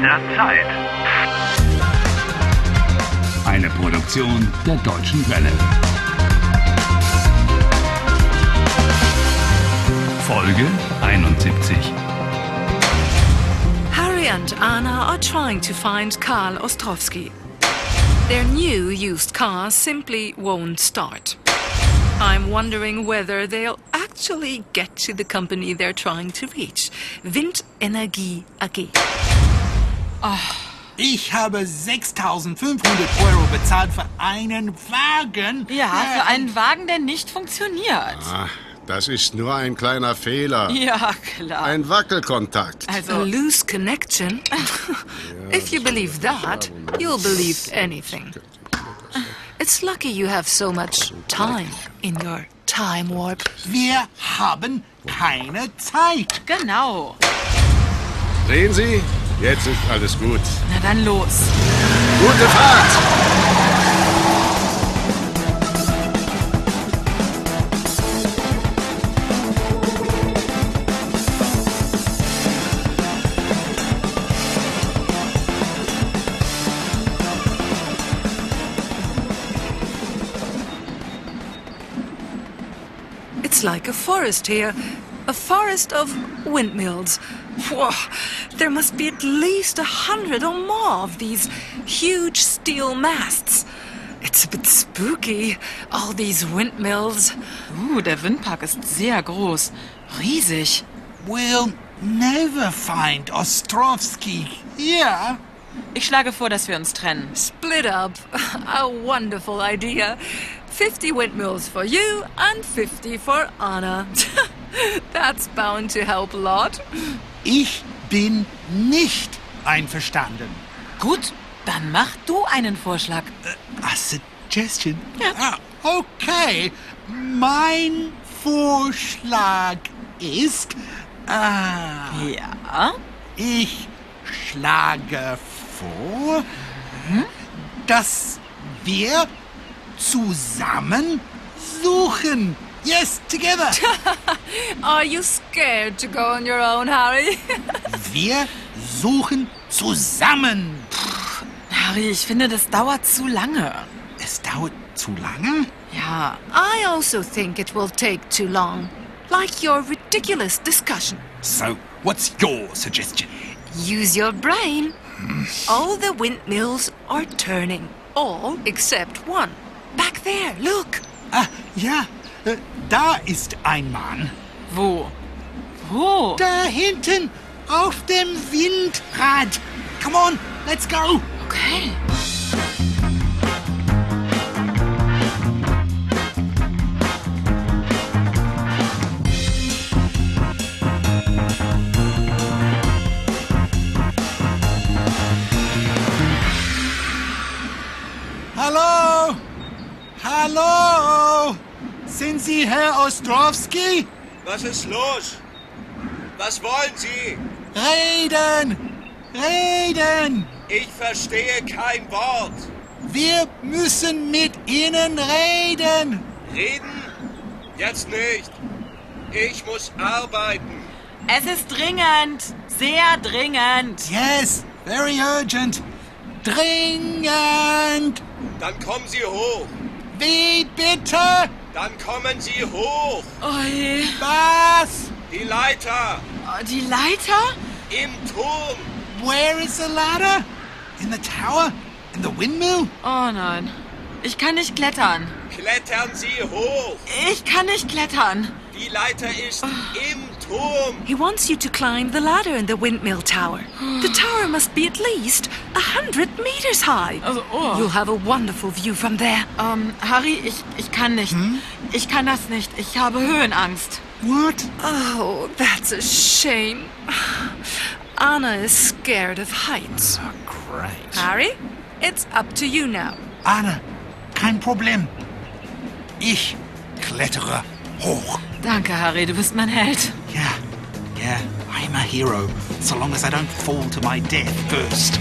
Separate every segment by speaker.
Speaker 1: der Zeit.
Speaker 2: Eine Produktion der Deutschen Welle. Folge 71.
Speaker 3: Harry and Anna are trying to find Karl Ostrovsky. Their new used car simply won't start. I'm wondering whether they'll actually get to the company they're trying to reach, Wind Energie AG.
Speaker 4: Ich habe 6.500 Euro bezahlt für einen Wagen. Äh,
Speaker 5: Ja, für einen Wagen, der nicht funktioniert.
Speaker 6: Ah, das ist nur ein kleiner Fehler.
Speaker 5: Ja, klar.
Speaker 6: Ein Wackelkontakt.
Speaker 3: A
Speaker 5: also,
Speaker 3: loose connection? if you believe that, you'll believe anything. It's lucky you have so much time in your time warp.
Speaker 4: Wir haben keine Zeit.
Speaker 5: genau.
Speaker 6: Sehen Sie? Jetzt ist alles gut.
Speaker 5: Na dann los.
Speaker 6: Gute Fahrt!
Speaker 3: It's like a forest here. A forest of windmills. Whoa, there must be at least a hundred or more of these huge steel masts. It's a bit spooky, all these windmills.
Speaker 5: Uh, der Windpark ist sehr groß. Riesig.
Speaker 4: We'll never find Ostrovsky here.
Speaker 5: Ich schlage vor, dass wir uns trennen.
Speaker 3: Split up. A wonderful idea. 50 windmills for you and 50 for Anna. That's bound to help a lot.
Speaker 4: Ich bin nicht einverstanden.
Speaker 5: Gut, dann mach du einen Vorschlag.
Speaker 4: A suggestion? Ah, okay. Mein Vorschlag ist, ah,
Speaker 5: Ja?
Speaker 4: ich schlage vor, hm, dass wir zusammen suchen. Yes, together.
Speaker 3: Are you scared to go on your own, Harry?
Speaker 4: Wir suchen zusammen.
Speaker 5: Harry, ich finde, das dauert zu lange.
Speaker 4: Es dauert zu lange?
Speaker 5: Ja,
Speaker 3: I also think it will take too long. Like your ridiculous discussion.
Speaker 4: So, what's your suggestion?
Speaker 3: Use your brain. All the windmills are turning. All except one. Back there, look.
Speaker 4: Ah, ja, äh, da ist ein Mann.
Speaker 5: wo? Wo?
Speaker 4: Da hinten auf dem Windrad. Come on, let's go.
Speaker 5: Okay.
Speaker 4: Hallo? Hallo? Sind Sie Herr Ostrowski?
Speaker 7: Was ist los? Was wollen Sie?
Speaker 4: Reden! Reden!
Speaker 7: Ich verstehe kein Wort.
Speaker 4: Wir müssen mit Ihnen reden!
Speaker 7: Reden? Jetzt nicht. Ich muss arbeiten.
Speaker 5: Es ist dringend. Sehr dringend.
Speaker 4: Yes, very urgent! Dringend!
Speaker 7: Dann kommen Sie hoch.
Speaker 4: Wie bitte?
Speaker 7: Dann kommen Sie hoch.
Speaker 5: Oh je.
Speaker 4: Was?
Speaker 7: Die Leiter
Speaker 5: Oh, die Leiter?
Speaker 7: im Turm.
Speaker 4: Where is the ladder? In the tower? In the windmill?
Speaker 5: Oh nein. Ich kann nicht klettern.
Speaker 7: Klettern Sie hoch.
Speaker 5: Ich kann nicht klettern.
Speaker 7: Die Leiter ist im Turm.
Speaker 3: He wants you to climb the ladder in the windmill tower. the tower must be at least a hundred meters high.
Speaker 5: Also, oh.
Speaker 3: You'll have a wonderful view from there.
Speaker 5: Ähm, Harry, ich, ich kann nicht. Ich kann das nicht. Ich habe Höhenangst.
Speaker 4: What?
Speaker 3: Oh, that's a shame. Anna is scared of heights.
Speaker 4: Oh, great.
Speaker 3: Harry, it's up to you now.
Speaker 4: Anne, kein Problem. Ich klettere hoch.
Speaker 5: Danke, Harry, du bist mein Held.
Speaker 4: Yeah, yeah, I'm a hero. So long as I don't fall to my death first.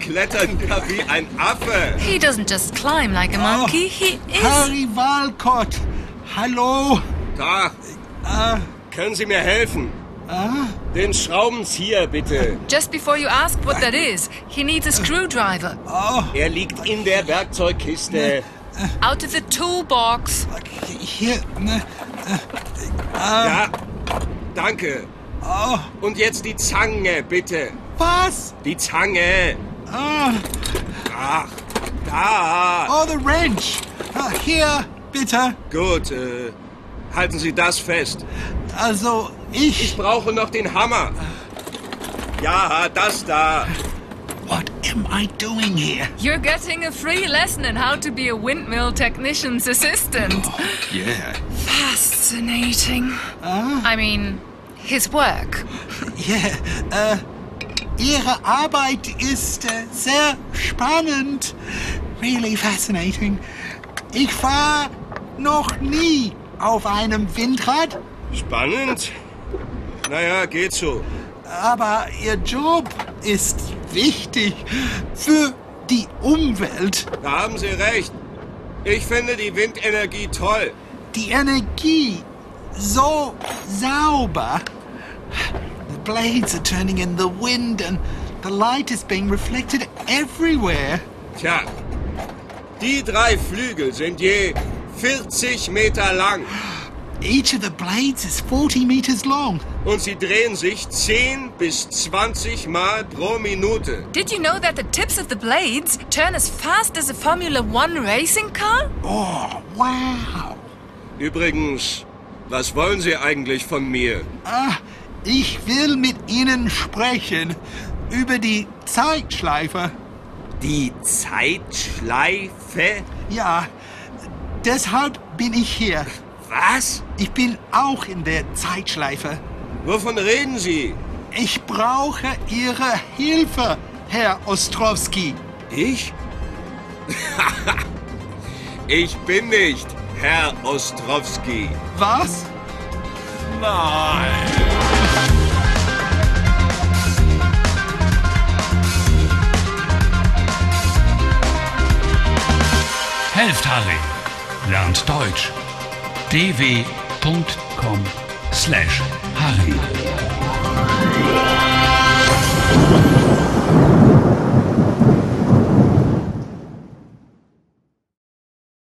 Speaker 7: klettern ja wie ein Affe.
Speaker 3: He doesn't just climb like a monkey, he is.
Speaker 4: Harry Walcott! Hallo?
Speaker 7: Da. Können Sie mir helfen? Den Schraubenzieher bitte.
Speaker 3: Just before you ask what that is, he needs a screwdriver.
Speaker 4: Oh,
Speaker 7: Er liegt in der Werkzeugkiste.
Speaker 3: Out of the toolbox.
Speaker 4: Hier, ne?
Speaker 7: Ja, danke. Und jetzt die Zange, bitte.
Speaker 4: Was?
Speaker 7: Die Zange.
Speaker 4: Ah,
Speaker 7: Ach, da.
Speaker 4: oh, the wrench! Ah, hier, bitte.
Speaker 7: Gut, äh, halten Sie das fest.
Speaker 4: Also, ich...
Speaker 7: Ich brauche noch den Hammer. Ja, das da.
Speaker 4: What am I doing here?
Speaker 3: You're getting a free lesson in how to be a windmill technician's assistant.
Speaker 4: Yeah.
Speaker 3: Fascinating. I mean, his work.
Speaker 4: Yeah, äh, Ihre Arbeit ist äh, sehr spannend. Really fascinating. Ich war noch nie auf einem Windrad,
Speaker 7: Spannend. Naja, geht so.
Speaker 4: aber Ihr Job ist wichtig für die Umwelt.
Speaker 7: Da haben Sie recht. Ich finde die Windenergie toll.
Speaker 4: Die Energie so sauber. The blades are turning in the wind and the light is being reflected everywhere.
Speaker 7: Tja, die drei Flügel sind je 40 Meter lang
Speaker 4: Each of the blades is 40 meters long.
Speaker 7: und sie drehen sich 10 bis 20 Mal pro Minute.
Speaker 3: Did you know that the tips of the blades turn as fast as a Formula One racing car?
Speaker 4: Oh, wow.
Speaker 7: Übrigens, was wollen Sie eigentlich von mir?
Speaker 4: Ah, ich will mit Ihnen sprechen über die Zeitschleife.
Speaker 7: Die Zeitschleife?
Speaker 4: Ja, deshalb bin ich hier.
Speaker 7: Was?
Speaker 4: Ich bin auch in der Zeitschleife.
Speaker 7: Wovon reden Sie?
Speaker 4: Ich brauche Ihre Hilfe, Herr Ostrowski.
Speaker 7: Ich? ich bin nicht Herr Ostrowski.
Speaker 4: Was?
Speaker 2: Helft Harry. Lernt Deutsch. dw.com/harry.